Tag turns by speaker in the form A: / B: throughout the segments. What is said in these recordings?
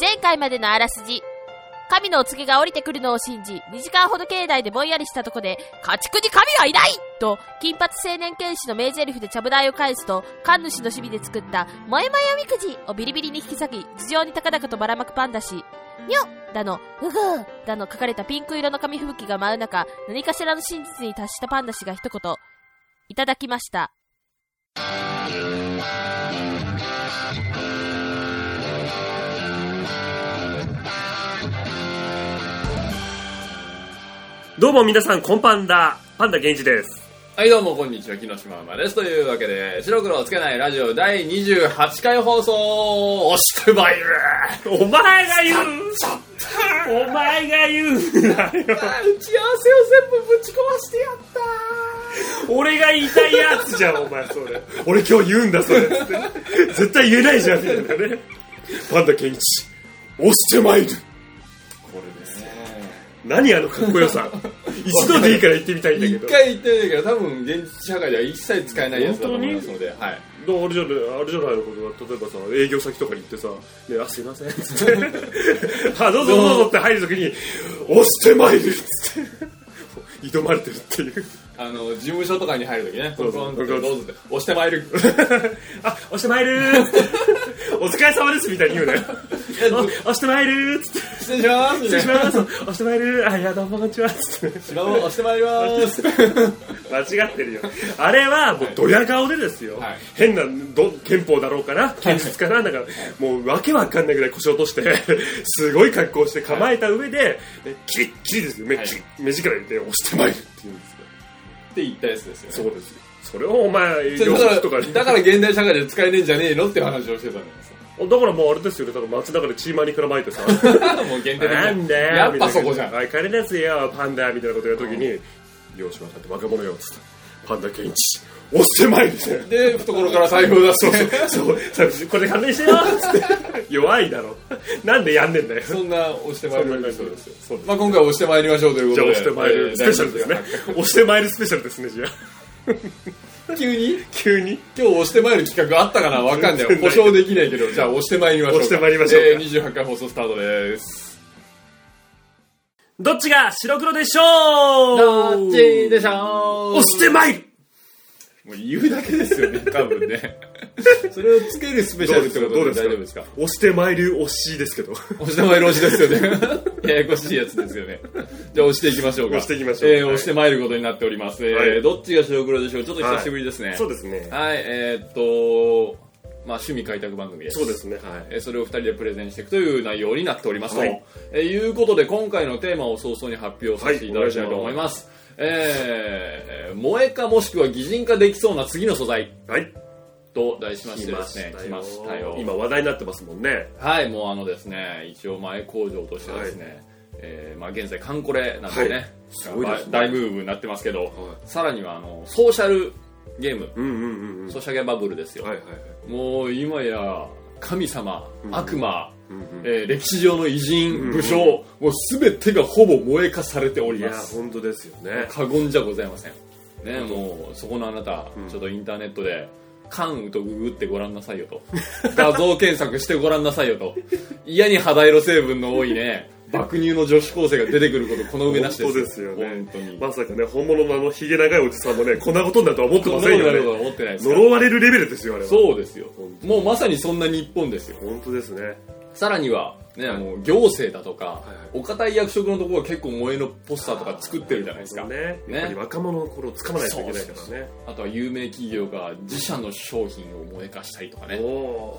A: 前回までのあらすじ。神のお告げが降りてくるのを信じ、2時間ほど境内でぼんやりしたとこで、家畜に神はいないと、金髪青年剣士の名台詞でちゃぶ台を返すと、神主の趣味で作った、萌え萌えおみくじをビリビリに引き裂き、頭上に高々とばらまくパンダし、にょっだの、ふぐーだの書かれたピンク色の紙吹雪が舞う中、何かしらの真実に達したパンダ氏が一言、いただきました。
B: どうも皆さん、こんパンダ、パンダ源氏です。
C: はいどうもこんにちは木下ママですというわけで白黒をつけないラジオ第28回放送をしてまいる
B: お前が言うお前が言うなよ
C: 打ち合わせを全部ぶち壊してやっ
B: 俺が言いたいやつじゃん、お前、それ。俺今日言うんだ、それ。絶対言えないじゃん、みたいなね。パンダ健一、押してまいる。これです。何あのかっこよさ。一度でいいから言ってみたいんだけ
C: 一
B: ど。
C: 回言ってみるけど多分現実社会では一切使えないやつだと思いますのでは
B: だ
C: い
B: からあれじゃないあれじゃないのかな例えばさ営業先とかに行ってさ「ね、あすいません」っつって 「あどうぞどうぞ」って入る時に「押してまいる」っつって挑まれてるって いう
C: あの事務所とかに入るときね
B: そうそう
C: ポンポンってどうぞって押してま いる
B: 「あ押してまいる」お疲れ様です」みたいに言う なよ
C: えど
B: 「押してまいる」っつって
C: 失礼します
B: 「
C: み
B: 失礼
C: たい
B: し
C: な
B: ます」「押してまいる」「あいやどうもこんにちは」っつって
C: 白黒押してまいり ます
B: 間違ってるよあれはもうドヤ顔でですよ、
C: はい
B: 変など憲法だろうかな剣術かななんかもうわけわかんないぐらい腰落として すごい格好して構えた上で、ねキリッキリですよ目,、
C: はい
B: 目力入れて押してまいるって言うんですよ
C: って言ったやつです よね
B: そうですよそれをお前
C: だ
B: 洋
C: から
B: 服とかに
C: だから現代社会で使えねえんじゃねえのっていう話をしてたんです
B: だからもうあれですよねだから街中でチーマーにくらまい てさ
C: もう限定的
B: なんだよ
C: やっ
B: みたい
C: ぱ
B: な
C: そこじゃん。
B: はい帰りですよパンダみたいなことやるときに、よし分かって若者よつってパンダケンイチ押してまいるね
C: で、懐から財布を 出
B: そう
C: して、
B: そうそうこれ関連してよつって弱いだろなんでやんねんだよ
C: そんな押してまいりましょう。
B: すそうです
C: まあ今回押してまいりましょうというこ
B: じゃあ
C: とで。
B: 押してまいるスペシャルですね押してまいるスペシャルですねじゃあ
C: えー。急に
B: 急に
C: 今日押してまいる企画あったかなわかんない。保証できないけど、じゃあ押してまいりましょうか。
B: 押してまいりましょうか
C: えー28回放送スタートです。
B: どっちが白黒でしょう
C: しょ
B: 押してまいる
C: もう言うだけですよね、多分ね。 それをつけるスペシャルってことで大丈夫ですか
B: 押してまいる押しですけど
C: 押してまいる押しですよね ややこしいやつですよねじゃあ押していきましょうか
B: 押していきましょう
C: えー
B: はい
C: 押してまいることになっております、えー
B: はい
C: どっちが白黒でしょうちょっと久しぶりですね、はい、
B: そうですね
C: えーっとまあ趣味開拓番組です
B: そうですねはい
C: えーそれを2人でプレゼンしていくという内容になっておりますと、
B: はい
C: いえーいうことで今回のテーマを早々に発表させていただきたいと思います,、えーえー萌えかもしくは擬人化できそうな次の素材
B: はい
C: と題しましてですね
B: 来まし
C: 来ましたたよ
B: よ今話題になってますもんね
C: はい、もうあのですね、一応前工場としてはですね、えーまあ現在カンコレなんでね、
B: はいすごいですね
C: まあ大ブームになってますけど、
B: は
C: さらにはあのソーシャルゲーム、
B: うんうんうんうん
C: ソーシャゲバブルですよ。
B: はいはいはい
C: もう今や神様、悪魔、
B: うんうん
C: えー歴史上の偉人、
B: ん
C: 武将、もうすべてがほぼ萌え化されており
B: い
C: ま
B: や
C: す。
B: 本当ですよね
C: 過言じゃございません。ね、もうそこのあなた、ちょっとインターネットで関羽とググってご覧なさいよと 画像検索してご覧なさいよと嫌に肌色成分の多いね爆乳の女子高生が出てくることこの上なしです
B: 本当ですよね
C: 本当に、
B: まさかね本物のあのひげ長いおじさんもねこんなことになるとは思って
C: そ
B: ま
C: んな
B: せ
C: こ
B: ん
C: と
B: よ
C: なると
B: ね
C: は思ってないですから
B: 呪われるレベルですよあれは
C: そうですよ
B: 本当
C: もうまさにそんな日本ですよ
B: 本当ですね
C: さらには、ね、もう行政だとか、
B: い
C: お堅い役職のところは結構萌えのポスターとか作ってるじゃないですか
B: ねやっぱり若者の頃をつかまないといけないか
C: そうそ
B: らね
C: あとは有名企業が自社の商品を萌え化したりとかね
B: お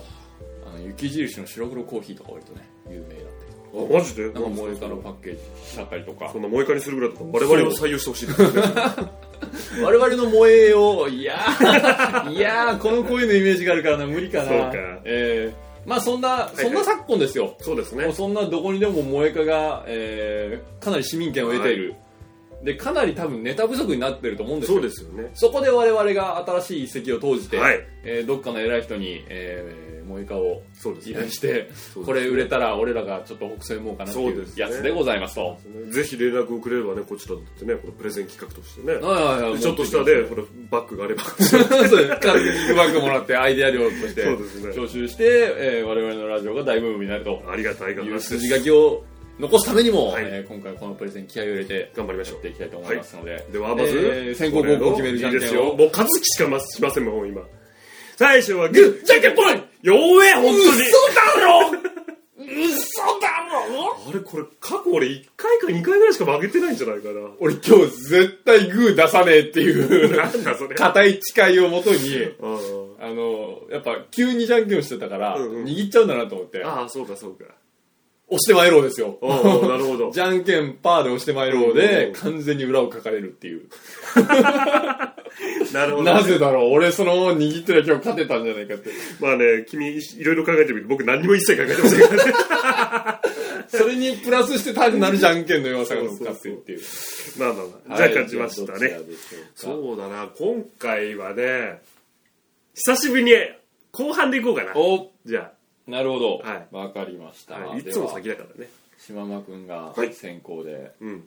C: あの雪印の白黒コーヒーとか割とね有名だったり
B: おーあマジで
C: なんか萌え化のパッケージしちゃったりとか
B: そんな萌え化にするぐらいだったら我々を採用してほしいですね
C: 我々の萌えをいやー いやーこの声のイメージがあるからな無理かな
B: そうか
C: えーまあそんな
B: はい
C: そんな昨今ですよ、
B: そうです
C: も
B: ね
C: うそんなどこにでも萌え化が、えーかなり市民権を得ている、でかなり多分ネタ不足になってると思うんですよ
B: そうですよね
C: そこで我々が新しい遺跡を投じて、
B: はい
C: えーどっかの偉い人に、えー、モエカを
B: そうです
C: 依
B: ね
C: 頼して、
B: そうですね
C: これ売れたら俺らがちょっと北西もうかなって
B: そう
C: い
B: で
C: う
B: すね
C: やつでございますと。
B: ぜひ連絡をくれればねこっちらだってねこのプレゼン企画としてね
C: はいはいはい
B: でちょっとした
C: 持
B: ね
C: ってき
B: これバッグがあれば
C: ます そうです軽くキックバックもらって、アイデア料として、
B: そうですね
C: 徴収して、えー我々のラジオが大ブームになると
B: ありがたいが
C: いう
B: 話で
C: 筋
B: す
C: 書きを残すためにも、
B: はい
C: えー今回このプレゼン気合を入れて、
B: 頑張りまし
C: や
B: ょ
C: っ
B: う
C: ていきたいと思いますので。
B: ではまず、
C: えー先行後攻決めるじゃんけんを
B: いいですよもう数しかましませんもん今最初はグーじゃんけんぽい弱え本当に
C: だろ嘘だろ
B: あれこれ過去俺1回か2回ぐらいしか負けてないんじゃないかな
C: 俺今日絶対グー出さねえっていう、
B: なんだそれ
C: 固い誓いをもとに、
B: あ
C: あの、やっぱ急にじゃんけんをしてたから、
B: うんうん
C: 握っちゃうんだなと思って、
B: あああそうかそうか
C: 押してまいろうですよ。
B: ああなるほど
C: じゃんけんパーで押してまいろう
B: うんうん
C: で
B: う、ん
C: 完全に裏をかかれるっていう。
B: なるほど
C: なぜだろう俺その握ってりゃ今日勝てたんじゃない かって。
B: まあね君いいろいろ考えてみる僕何にも一切考えてませんからね
C: それにプラスして単なるじゃんけんの弱さが乗っかってるっていう。
B: まあまあまあじゃあ勝ちましたね、そうだな今回はね久しぶりに後半でいこうかな
C: お
B: じゃ
C: なるほど。
B: はい
C: わかりまし
B: あ、
C: た。
B: はい、いつも先だからね
C: 島間くんが
B: はい
C: 先行で、
B: うん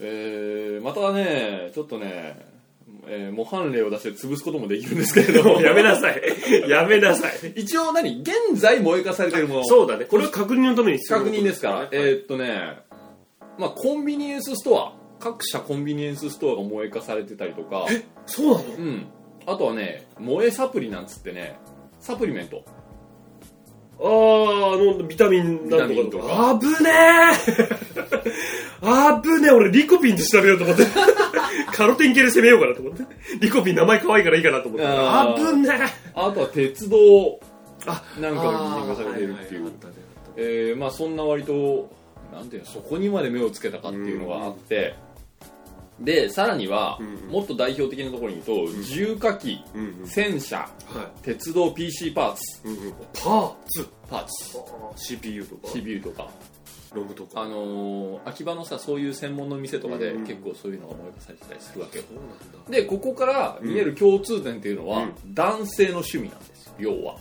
C: えー、またねちょっとね、えー模範例を出して潰すこともできるんですけれども
B: やめなさい やめなさい
C: 一応何現在燃えかされてるもの
B: そうだねこれは確認のために必要な
C: 確
B: こと
C: 認ですから、
B: ね
C: えーっとねまあコンビニエンスストア各社コンビニエンスストアが燃えかされてたりとか
B: そうなの
C: うんあとはね燃えサプリなんつってねサプリメント
B: あああのビタミンなん
C: ビタミン
B: と
C: と
B: かと
C: か
B: か危ねえ 危ねえ俺リコピンって調べよう と思ってカロテン系で攻めようかなと思ってリコピン名前可愛いからいいかなと思
C: あ
B: っ
C: ー
B: て危ねえ
C: あとは鉄道
B: あ
C: なんかも燃えかされてるっていうえーまあそんな割となんていうのそこにまで目をつけたかっていうのがあって、でさらには、
B: うんうん
C: もっと代表的なところに言うと、重火器
B: うんうん
C: 戦車
B: は
C: 鉄道 PC パーツ
B: い、うんうん、パーツ
C: パーツ
B: CPU とか
C: CPU とか、
B: ロムとか
C: あのー秋葉のさそういう専門の店とかで、
B: うんうん
C: 結構そういうのが燃えかされてたりするわけよ
B: そうなんだ
C: でここから見える共通点っていうのは、
B: うん
C: 男性の趣味なんですよ要は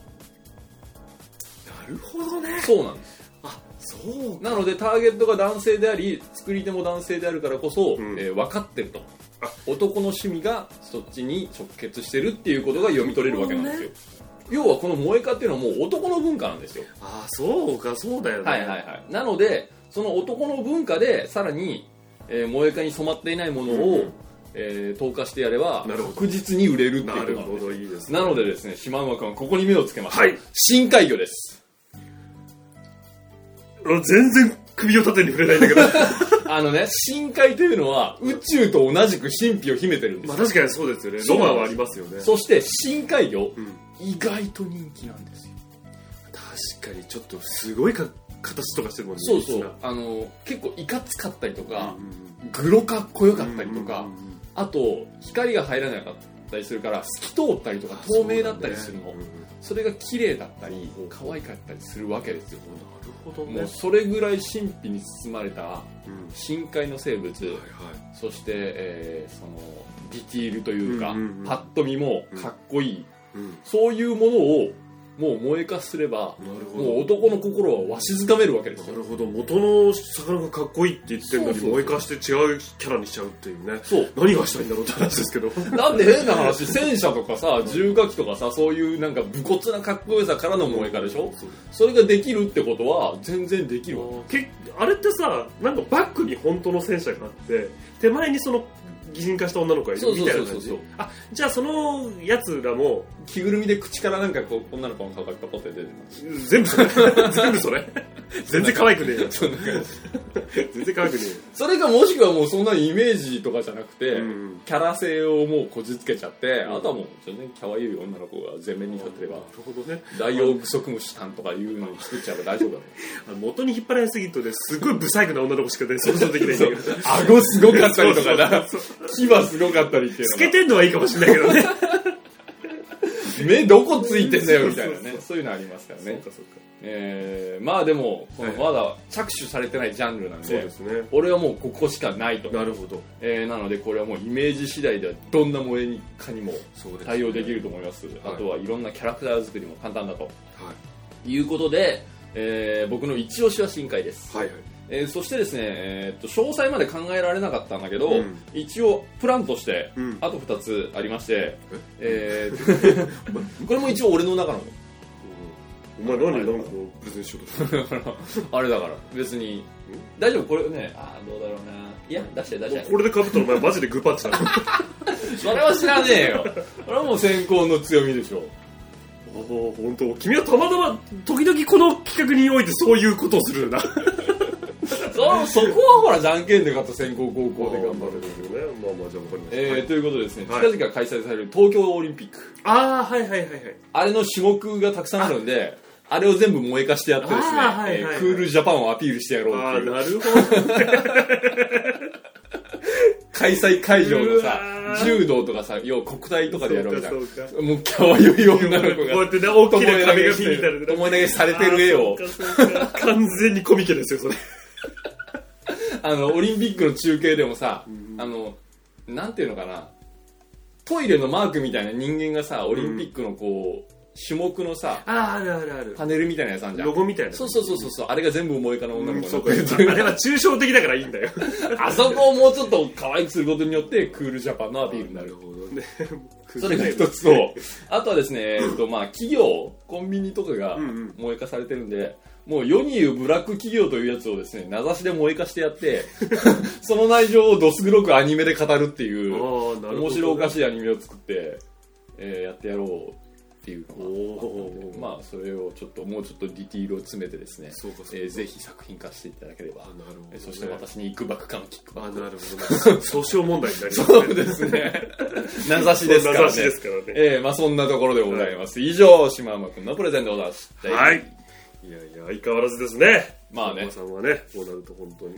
B: なるほどね
C: そうなんです
B: あそう
C: なのでターゲットが男性であり作り手も男性であるからこそ、
B: うん
C: えー分かってると
B: あ
C: 男の趣味がそっちに直結してるっていうことが読み取れるわけなんですよ、要はこの萌えかっていうのはもう男の文化なんですよ、
B: あそうかそうだよね
C: はいはいはいなのでその男の文化でさらに、えー萌えかに染まっていないものを、
B: うんうん
C: えー投下してやれば
B: なるほど
C: 確実に売れるっていう
B: なる
C: ことなん
B: ほ
C: です
B: どいいですね
C: なのでですね島沼君はここに目をつけました、
B: はい
C: 深海魚です
B: 俺全然首を縦に触れないん だけど
C: あのね深海というのは宇宙と同じく神秘を秘めてるんですよ
B: まあ確かにそうですよね
C: そ
B: ロ
C: うなん
B: マ
C: です
B: ンはありますよね
C: そして深海魚、
B: うん
C: 意外と人気なんですよ
B: 確かにちょっとすごいか形とかしてるもんね
C: そうそうあの結構いかつかったりとか
B: うん、うん
C: グロかっこよ
B: うん
C: かったりと
B: う
C: か、
B: んうんうん
C: あと光が入らなかったりするから透き通ったりとか透明だったりするの
B: そ
C: そ,、
B: うだねうんうん
C: れが綺麗だったり
B: ほうほう
C: 可愛かったりするわけですよ
B: なるほどね
C: もうそれぐらい神秘に包まれた
B: うん
C: 深海の生物、
B: はいはい
C: そして、えーそのディティールというか、
B: うんうんうん
C: パッと見もかっこいい、
B: うん
C: そういうものをもう萌え化すれば
B: なるほど
C: もう男の心はわしづかめるわけです
B: な
C: よ
B: るほど元の魚がかっこいいって言ってるのに
C: そうそうそう
B: 燃えかして違うキャラにしちゃうっていうね
C: そう
B: 何がしたいんだろうって話ですけど
C: なんで変な話戦車とかさ重火器とかさそういうなんか武骨なかっこよさからの萌え化でしょ
B: そう
C: それができるってことは全然できるわ
B: けあれってさなんかバックに本当の戦車があって手前にその擬人化した女の子がい
C: そう
B: る
C: そう
B: みたいな
C: そ
B: 感
C: う
B: じ
C: そう
B: あじゃあそのやつらも
C: 着ぐるみで口からなんかこう女の子の顔がポって出てる
B: 全部それ 全部そ れ全然可愛くねえよ
C: そんな感じ
B: 全然可愛くね
C: それかもしくはもうそんなイメージとかじゃなくて、
B: えよ、うん
C: キャラ性をもうこじつけちゃって、
B: ん
C: あとはもう全然可愛い女の子が前面に立ってれば
B: なるほどね
C: 大王不足虫たんとかいうのに作っちゃえば大丈夫だね
B: あの元に引っ張られすぎるとねすごいブサイクな女の子しかね想像できないんだけど
C: 顎すごかったりとかな
B: そう
C: 牙すごかったりってい
B: 透
C: うの
B: け
C: が
B: てんのはいいかもしれないけどね
C: 目どこついてんだよみたいなねそういうのありますから
B: そう
C: ね
B: かそうか
C: えーまあでもこのまだ着手されてないジャンルなんで
B: そうですね
C: 俺はもうここしかないと
B: なるほど
C: えーなのでこれはもうイメージ次第ではどんな萌えにかにも
B: そうですね
C: 対応できると思いますあ
B: はい
C: とはいろんなキャラクター作りも簡単だと
B: はい
C: いうことで、えー僕の一押しは深海です、
B: はいはい
C: えーそしてですね、えーっと詳細まで考えられなかったんだけど、
B: うん
C: 一応プランとして、
B: うん
C: あと2つありましてえーっと これも一応俺の中の
B: お前何なんかプレゼンしようとしてる
C: だからあれだから別に大丈夫これねあーどうだろうないや出して出して
B: これでかぶったらお前マジでグーパッチだ
C: それは知らねえ よそれはもう先行の強みでしょ
B: おお本当君はたまたま時々この企画においてそういうことをするんだ
C: そそこはほらじゃんけんで勝った先行高校で頑張る
B: るんだよねまあまあじゃあ分かりました、
C: えーということでですね、
B: はい
C: 近々開催される東京オリンピック
B: ああはいはいはいはい
C: あれの種目がたくさんあるんであれを全部萌え化してやってですね、
B: あーはいはいはい
C: えークールジャパンをアピールしてやろ
B: ああ
C: うっていう
B: なるほど
C: 開催会場のさ
B: うわー
C: 柔道とかさ要は国体とかでやるわけじゃん
B: そうかそ
C: もう可愛い女の子
B: こうや
C: が
B: ってね大き
C: 巴
B: な
C: 投
B: 壁
C: げ
B: が
C: し
B: 見にた
C: て
B: れて
C: る巴投げされてる絵を
B: あーそうかそうか完全にコミケですよそれ
C: あのオリンピックの中継でもさ、あのなんていうのかなトイレのマークみたいな人間がさオリンピックのこう、種目のさ
B: あああるあるある
C: パネルみたいなやつあんじゃん
B: ロゴみたいな
C: そうそうそうそうそうあれが全部萌えかの女の子
B: そう
C: に
B: か
C: なってる
B: あれは抽象的だからいいんだよ
C: あそこをもうちょっと可愛くすることによってクールジャパンのアピールになる
B: ほどね
C: それが一つと あとはですね、えっとまあ、企業コンビニとかが
B: うんうん
C: 萌え化されてるんでもう世に言うブラック企業というやつをですね名指しで萌え化してやって その内情をどす黒くアニメで語るっていう
B: ああなるほど
C: 面白おか
B: い
C: しいアニメを作って、えーやってやろうっていうのが
B: おお
C: まあそれをちょっともうちょっとディティールを詰めてですね
B: そうかそうか
C: えーぜひ作品化していただければ
B: あなるほど
C: えーそして私に行くばくかのキック
B: あ
C: バ
B: な
C: ッ
B: る
C: ク
B: ほどね 訴訟問題になりますね
C: そうですね名指しですか
B: 名
C: らね
B: 指しですからね
C: えーまあそんなところでございます、以上島山君のプレゼンでございました
B: はいいやいや相変わらずですね
C: まあね
B: お子さんはねこうなると本当に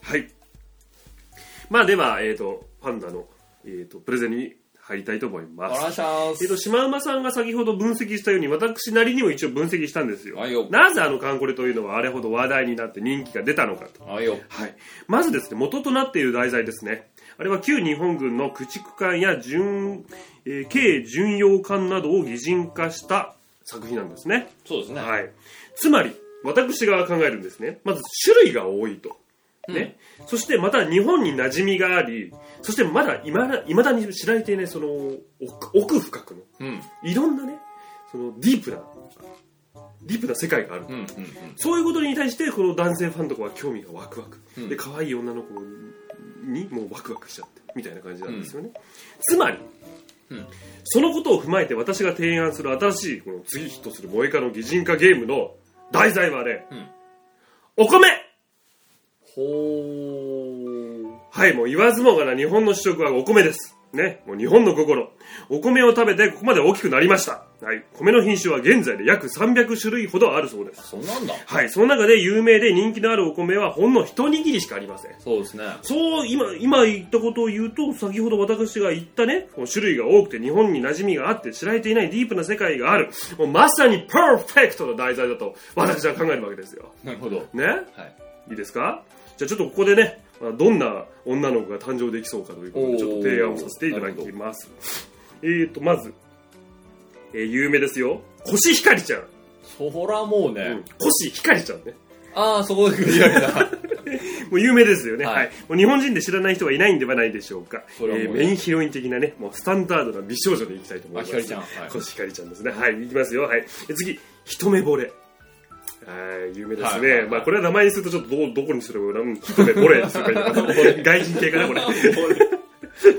B: はいまあではえっ、とパンダの、えー、とプレゼンに入りたいと思い
C: お
B: ま
C: 願い
B: す
C: しま
B: えっと、
C: す
B: 島馬さんが先ほど分析したように、私なりにも一応分析したんですよ。
C: はいよ
B: なぜあのカンコレというのはあれほど話題になって人気が出たのかと。
C: はいよ
B: はい、まずですね元となっている題材ですねあれは旧日本軍の駆逐艦や巡、えー軽巡洋艦などを擬人化した作品なんですね、
C: そうですね、
B: はい、つまり私が考えるんですねまず種類が多いと、ねそしてまた日本に馴染みがありそしてまだいまだ未だに知られていないその奥奥深くの
C: うん
B: いろんなねそのディープなディープな世界がある
C: うんうん
B: そういうことに対してこの男性ファンとかは興味がワクワク、
C: うん
B: で可愛い女の子にもうワクワクしちゃってみたいな感じなんですよね、つまり、
C: うん
B: そのことを踏まえて私が提案する新しいこの次ヒットする萌え化の擬人化ゲームの題材はね、
C: うん
B: お米
C: うんほ
B: はいもう言わずもがな日本の主食はお米ですね、もう日本の心お米を食べてここまで大きくなりました、はい、米の品種は現在で約300種類ほどあるそうです
C: ーそんなんだ
B: はい、その中で有名で人気のあるお米はほんの一握りしかありません。
C: そうですね
B: そう、今、今言ったことを言うと、先ほど私が言ったね、こう種類が多くて日本に馴染みがあって知られていないディープな世界がある。もうまさにパーフェクトな題材だと私は考えるわけですよ。
C: なるほど
B: ね
C: はい
B: いいですかじゃあちょっとここでね、まあどんな女の子が誕生できそうかということ
C: お
B: で、
C: ー
B: ちょっと提案をさせていただきます。えーと、まず、えー有名ですよ。コシヒカリちゃん。
C: そらもうね、
B: うん、コシヒカリちゃんね。
C: ああそこでクリア だ
B: もう有名ですよね、
C: は
B: はいいもう日本人で知らない人はいないんではないでしょうか、え
C: それはもう
B: ーメインヒロイン的なねもうスタンダードな美少女でいきたいと思います
C: あひかりちゃんはい
B: コシヒカリちゃんですねはいいきますよ、はい、え次一目惚れはい有名ですね、
C: はい
B: まあ、これは名前にするとちょっとどうどこにすればいいのかなうん一目惚れにすればいいの かな外人系かなこれ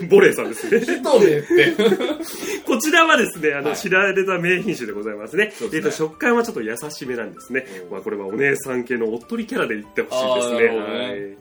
B: ボレーさんですね
C: 一目って
B: こちらはですね、あの、
C: はい
B: 知られた名品種でございますね。
C: そうですね
B: えっと、食感はちょっと優しめなんですね。まあ、これはお姉さん系のおっとりキャラでいってほしいです
C: あーなるほどね
B: ね。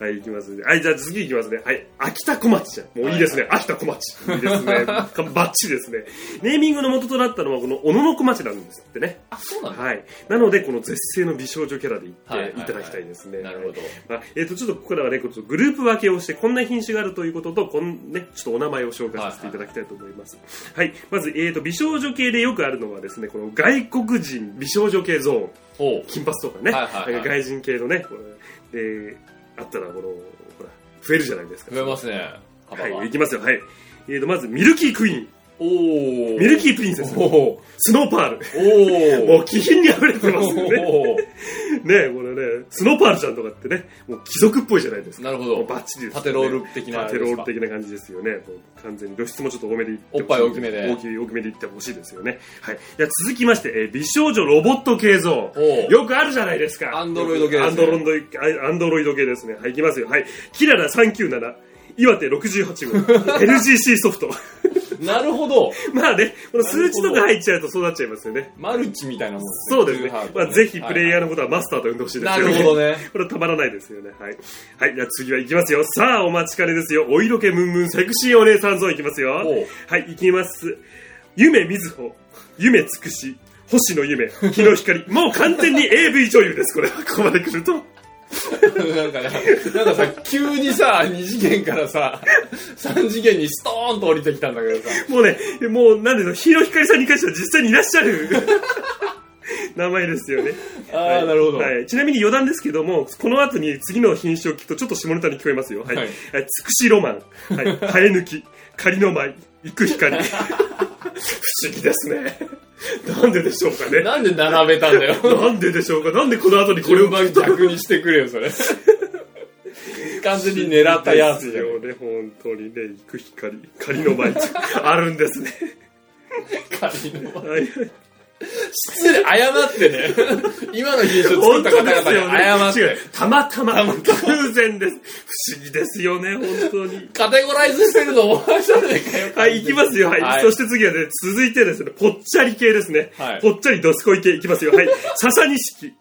B: はい、いきますね。はい、じゃあ次いきますね。はい、秋田小町じゃん。もういいですね。秋田小町。いいですね。 バッチリですね。ネーミングの元となったのは、この小野の小町なんですってね。
C: あそうなんだ、
B: はい。なので、この絶世の美少女キャラでいって
C: はいはいはい
B: いただきたいですね。
C: なるほど
B: まあえっ、と、ちょっとここからはね、こうちょっとグループ分けをして、こんな品種があるということと、こんね、ちょっとお名前を紹介させていただきたいと思います。はい、まず、えっ、と、美少女系でよくあるのはですね、この外国人美少女系ゾーン。
C: おう
B: 金髪とかね、
C: はいはいはい
B: 外人系のね、これで、あったら、この、ほら、増えるじゃないですか。
C: 増えますね幅が、
B: はい、いきますよ、はい。えーと、まず、ミルキークイーン、
C: お
B: ミ
C: お
B: ルキープリンセス、
C: おお
B: スノーパール。
C: お
B: もう気品に溢れてますよね。
C: お
B: ねこれね、スノーパールちゃんとかってね、もう貴族っぽいじゃないですか。
C: なるほ
B: も
C: ど
B: うバッチリです、
C: パテロール的な
B: パテロール的な感じですよね。もう完全に露出もちょっと多めでいってほし
C: おっぱい大きめで
B: 大きい、大きめでいってほしいですよね。はい。じゃあ続きまして、えー美少女ロボット系像
C: おう。
B: よくあるじゃないですか。
C: アンドロイド系ですね
B: アンドロイドあアンドロイド系ですね。はい、いきますよ。はい。キララ397。岩手68号 LGC ソフト
C: なるほど
B: まあねこの数値とか入っちゃうとそうなっちゃいますよね
C: マルチみたいなもんです
B: そうですね
C: ハー、ト
B: まあ、ぜひプレイヤー
C: は
B: のことはマスターと呼んでほしい
C: い
B: で
C: な
B: すよ
C: る
B: ね
C: ほどね
B: これはたまらないですよね。はい。はい。じゃあ次はいきますよ。さあ、お待ちかねですよ。お色気ムンムンセクシーお姉さん像いきますよ
C: おう。
B: はい、いきます。夢みずほ、夢つくし、星野夢、日の光。 もう完全に AV 女優です、これ。ここまで来ると。
C: なんかね、 なんかさ、急にさ、2次元からさ、3次元にストーンと降りてきたんだけどさ、
B: もうね、もう、なんでしょう、日の光さんに関しては実際にいらっしゃ る。名前ですよね。
C: ああ、なるほど。
B: はい。ちなみに余談ですけども、この後に次の品種を聞くとちょっと下ネタに聞こえますよ。はい。
C: はい
B: えつくしロ マン。はい。生え抜き。仮の舞。行く光。不思議ですね。なんででしょうかね。
C: なんで並べたん だよ。
B: なんででしょうか。なんでこの後にこれを
C: 順番逆にしてくれよ、それ。完全に狙ったやつ
B: です
C: じゃん
B: よね。本当にね。行く光。仮の舞。あるんですね。
C: 仮の
B: はい。
C: 失礼、謝ってね。今の品種作
B: 本
C: った
B: 当で
C: 方
B: すよ
C: 々に
B: ね。
C: 謝っ
B: 違う
C: て。
B: たまたま。偶然です。不思議ですよね。本当に。
C: カテゴライズしてるのお前じゃねえかよ。
B: はい、行きますよ。はい。
C: はい
B: そして次はね、続いてですね、ぽっちゃり系ですね。
C: はい
B: ぽっちゃりどすこい系いきますよ。 はい。笹錦、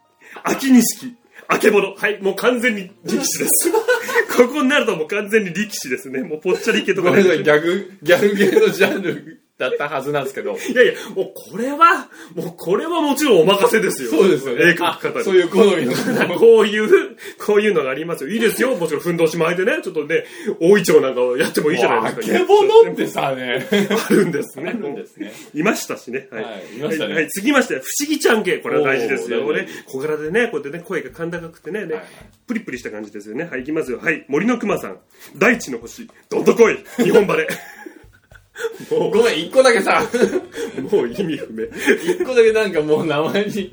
B: 秋錦、あけぼろ。はい、もう完全に力士 です。ここになるともう完全に力士ですね。もうぽっちゃり系と
C: ご
B: かね
C: めんなさい、ギャグ、ギャグゲーのジャンルだったはずなんですけど。
B: いやいや、もうこれは、もうこれはもちろんお任せですよ。
C: そうですよ
B: 鋭。
C: ね
B: 角
C: あ
B: 方
C: そういう好みの。
B: こういう、こういうのがありますよ。いいですよ。もちろん、ふんどし巻いてね、ちょっとね、大いちょうなんかをやってもいいじゃないですか。
C: あけぼのってさね。
B: あるんですね。
C: あるんですね。
B: いましたしね。はい。
C: はいいましたね
B: はい、はい次まして、不思議ちゃん系。これは大事ですよ。
C: おー
B: ね、小柄でね、こうやってね、声が甲高くてね、ね
C: はいはい
B: プリプリした感じですよね。はい、いきますよ。はい、森の熊さん。大地の星。どんとこい。日本晴れ。も
C: ごめん、一個だけさ、
B: う、 もう意味不明。
C: 一個だけなんかもう名前に、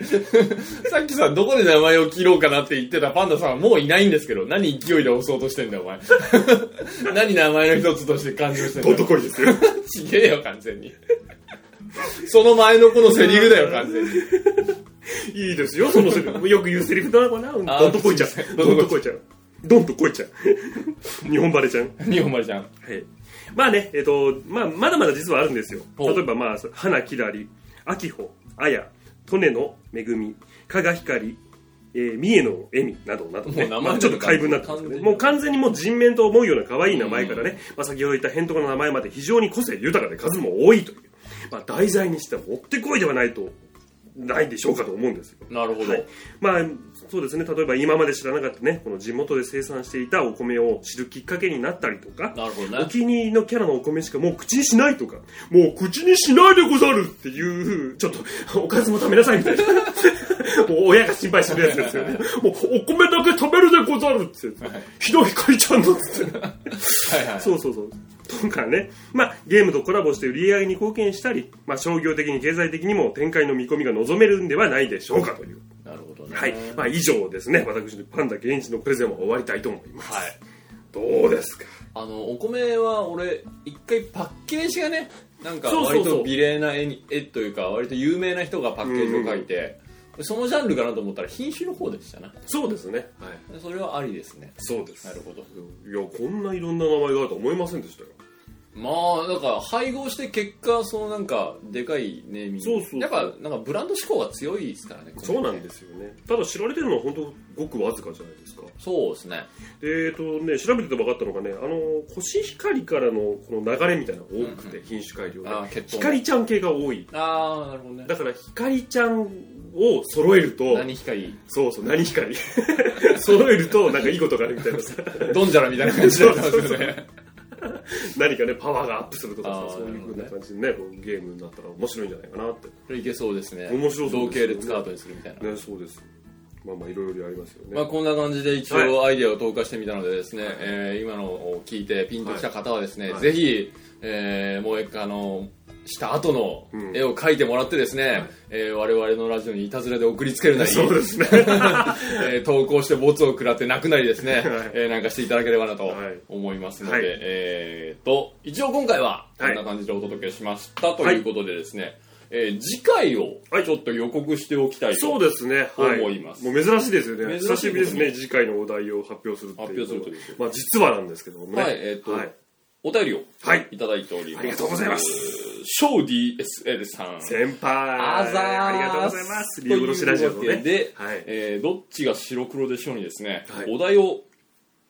C: さっきさ、どこで名前を切ろうかなって言ってたパンダさんはもういないんですけど、何勢いで押そうとしてんだよ、お前。 何名前の一つとして感情してん
B: ど
C: だ
B: ん
C: よ
B: と。こいですよ。
C: ちげえよ、完全に。その前の子のセリフだよ、完全に。
B: いいですよ、そのセリフ。よく言うセリフだな、これな。どん
C: あー
B: とこいちゃん
C: すいませ。ん
B: どんとこいちゃん。どんとこいちゃん。 日本晴れちゃん。
C: 日本丸ちゃん。
B: はい、まあね、えっとまあ、まだまだ実はあるんですよ
C: ほう
B: 例えば、まあ、花きらりあきほあやとねのめぐみかがひかりえー、三重の恵美などなど、ね
C: もう名前
B: まあ、ちょっと怪文になってますけどねもう完全にもう人面と思うような可愛い名前からね、まあ、先ほど言った変とかの名前まで非常に個性豊かで数も多いという、まあ、題材にしてはもってこいではないとないでしょうかと思うんですよ
C: なるほど。
B: はいまあ、そうですね例えば今まで知らなかったねこの地元で生産していたお米を知るきっかけになったりとか
C: なるほど
B: お
C: ね。
B: 気に入りのキャラのお米しかもう口にしないとか、もう口にしないでござるっていう、ちょっと、おかずも食べなさいみたいな。もう親が心配するやつですよね。もうお米だけ食べるでござるって言って、ひどいかいちゃんのっつって。
C: はいはい。
B: そうそうそう。とかね、まあ、ゲームとコラボして売り上げに貢献したり、まあ、商業的に経済的にも展開の見込みが望めるんではないでしょうかという。
C: なるほどね。
B: はい。まあ、以上ですね。私のパンダ現地のプレゼンは終わりたいと思います。
C: はい。
B: どうですか
C: あのお米は俺一回パッケージがねなんか
B: そうそ
C: 割
B: うそう
C: と美麗な絵に絵というか割と有名な人がパッケージを描いて、そのジャンルかなと思ったら品種の方でしたな
B: そうですね。はい。
C: それはありですね
B: そうです
C: な。るほど
B: いやこんないろんな名前があるとは思いませんでしたよ
C: まあだから配合して結果そのなんかでかいネーミング
B: そうそうそう
C: やっぱなんかブランド志向が強いですからね
B: そうなん
C: す
B: ですよねただ知られてるのは本当ごくわずかじゃないですか
C: そうですね
B: でえっ、とね調べてて分かったのがねあのコシヒカリからのこの流れみたいなのが多くて、品種改良で
C: あー血統
B: ヒカリちゃん系が多い
C: ああなるほどね
B: だからヒカリちゃんを揃えると
C: 何光
B: そうそう何ヒカリ 揃えるとなんかいいことがあるみたいなさ
C: ドンジャラみたいな感じだったんです よね
B: 何かねパワーがアップするとか
C: あー
B: さそういうふうな感じでねこうゲームになったら面白いんじゃないかなって
C: これいけそうですね
B: 面白そうですね
C: 同系列カードにするみたいな、
B: ねそうですまあまあいろいろありますよね、
C: まあ、こんな感じで一応アイデアを投下してみたのでですね、えー今のを聞いてピンときた方はですね、
B: はい
C: ぜひ、えー、もう一回あのした後の
B: うん
C: 絵を描いてもらってですね、えー我々のラジオにいたずらで送りつけるなり、
B: そうですね
C: えー投稿してボツを食らって泣くなりですね、えーなんかしていただければなと
B: はい
C: 思いますので、
B: はい
C: えーと一応今回はこんな感じでお届けしましたということでですね、えー次回をちょっと予告しておきたいと
B: そうですね、はい、
C: 思います
B: もう珍しいですよね
C: 珍しいこと
B: 久しぶりですね次回のお題を発表するっていう
C: 発表するという
B: まあ実はなんですけどもね
C: はいえーと
B: はい
C: お便りを
B: はい
C: いただいております、
B: ありがとうございます
C: ショー DSL さん
B: 先輩ありがとうございますリーゴロシラジオの
C: というわけ
B: ね
C: で、
B: はい
C: えーどっちが白黒でしょうにですね、
B: はい
C: お題を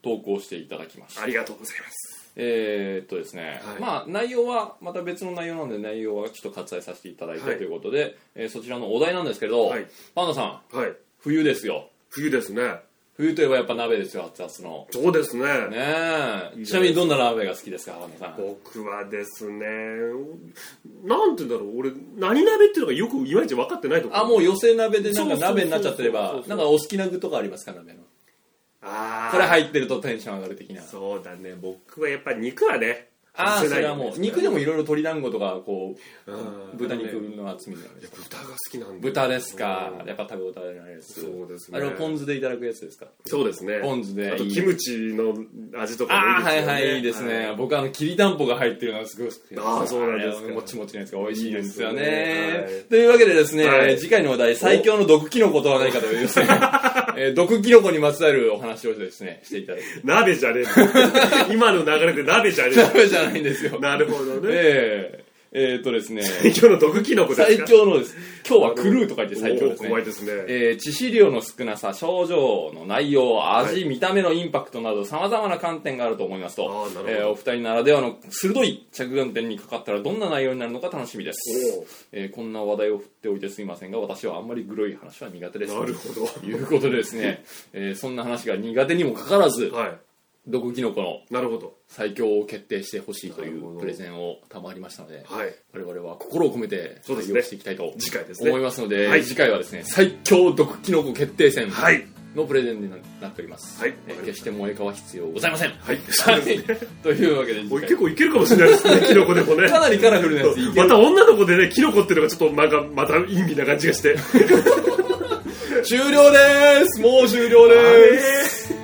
C: 投稿していただきました
B: ありがとうございます
C: えーっとですね、
B: はい
C: まあ内容はまた別の内容なんで内容はちょっと割愛させていただいたと
B: はい
C: いうことで、えーそちらのお題なんですけど、
B: はい
C: パンダさん
B: はい
C: 冬ですよ
B: 冬ですね
C: 冬といえばやっぱ鍋ですよ熱々の
B: そうですね
C: ねえ
B: い
C: ちなみにどんな鍋が好きですかパンダさん
B: 僕はですねなんて言うんだろう俺何鍋っていうのがよくいまいち分かってないとこ
C: あもう寄せ鍋でなんか
B: そうそうそうそう
C: 鍋になっちゃってれ
B: そう
C: ば
B: そう
C: なんかお好きな具とかありますか鍋の
B: あー
C: これ入ってるとテンション上がる的な
B: そうだね僕はやっぱり肉はね
C: ああ
B: 外
C: そ
B: せない
C: れは
B: よね
C: もう肉でもいろいろ鶏団子とかこ
B: う
C: うん豚肉
B: やっ
C: の厚みじゃないです
B: ぱ
C: か
B: 豚が好きなんだよ
C: 豚ですか
B: うん
C: やっぱ食べ応えられるやつ
B: そうですね
C: あれをポン酢でいただくやつですか
B: そうですね
C: ポン酢で
B: あと
C: いい
B: キムチの味とか
C: ああ
B: もいいですよ
C: はい
B: ね
C: はいいいですね、僕あのきりたんぽが入ってるのがすごい好きです
B: あーそうなんですか
C: あれもちもちのやつが美味しいんですよね
B: いいですねはい
C: というわけでですね、
B: はい
C: 次回のお題最強の毒キノコとは何かというで すね、えー毒キノコにまつわるお話をですねしていただき
B: 鍋じゃねえの 今の流れで鍋じゃねえ
C: たいじゃないんですよ
B: のなるほどね
C: えええーっとですね
B: 最強の毒キノコですか
C: 最強のです今日はクルーと書いて最強です
B: おー怖い
C: ね
B: ですね、
C: えー致死量の少なさ症状の内容味、見た目のインパクトなどさまざまな観点があると思います
B: あ
C: と
B: ーなるほど
C: えーお二人ならではの鋭い着眼点にかかったらどんな内容になるのか楽しみです
B: おー、
C: えーこんな話題を振っておいてすいませんが私はあんまりグロい話は苦手です
B: なるほど
C: ということでです ね、えーそんな話が苦手にもかかわらず
B: は
C: 毒キノコの
B: いなるほど
C: 最強を決定してほしいとい
B: なるほ
C: う
B: ど
C: プレゼンを賜りましたので
B: はい
C: 我々は心を込めて対
B: そう
C: 応
B: ですね
C: していきたいと
B: 次回ですね
C: 思いますので、
B: はい
C: 次回はですね最強毒キノコ決定戦
B: はい
C: のプレゼンになっております、
B: はい
C: えー決して燃えかは必要ございません
B: はい
C: はい というわけで次
B: おい
C: 回
B: 結構いけるかもしれないですねキノコでもね
C: かなりカラフルなやついけ
B: ま
C: る
B: た女の子でねキノコっていうのがちょっとなんかまた陰味な感じがして
C: 終了ですもう終了です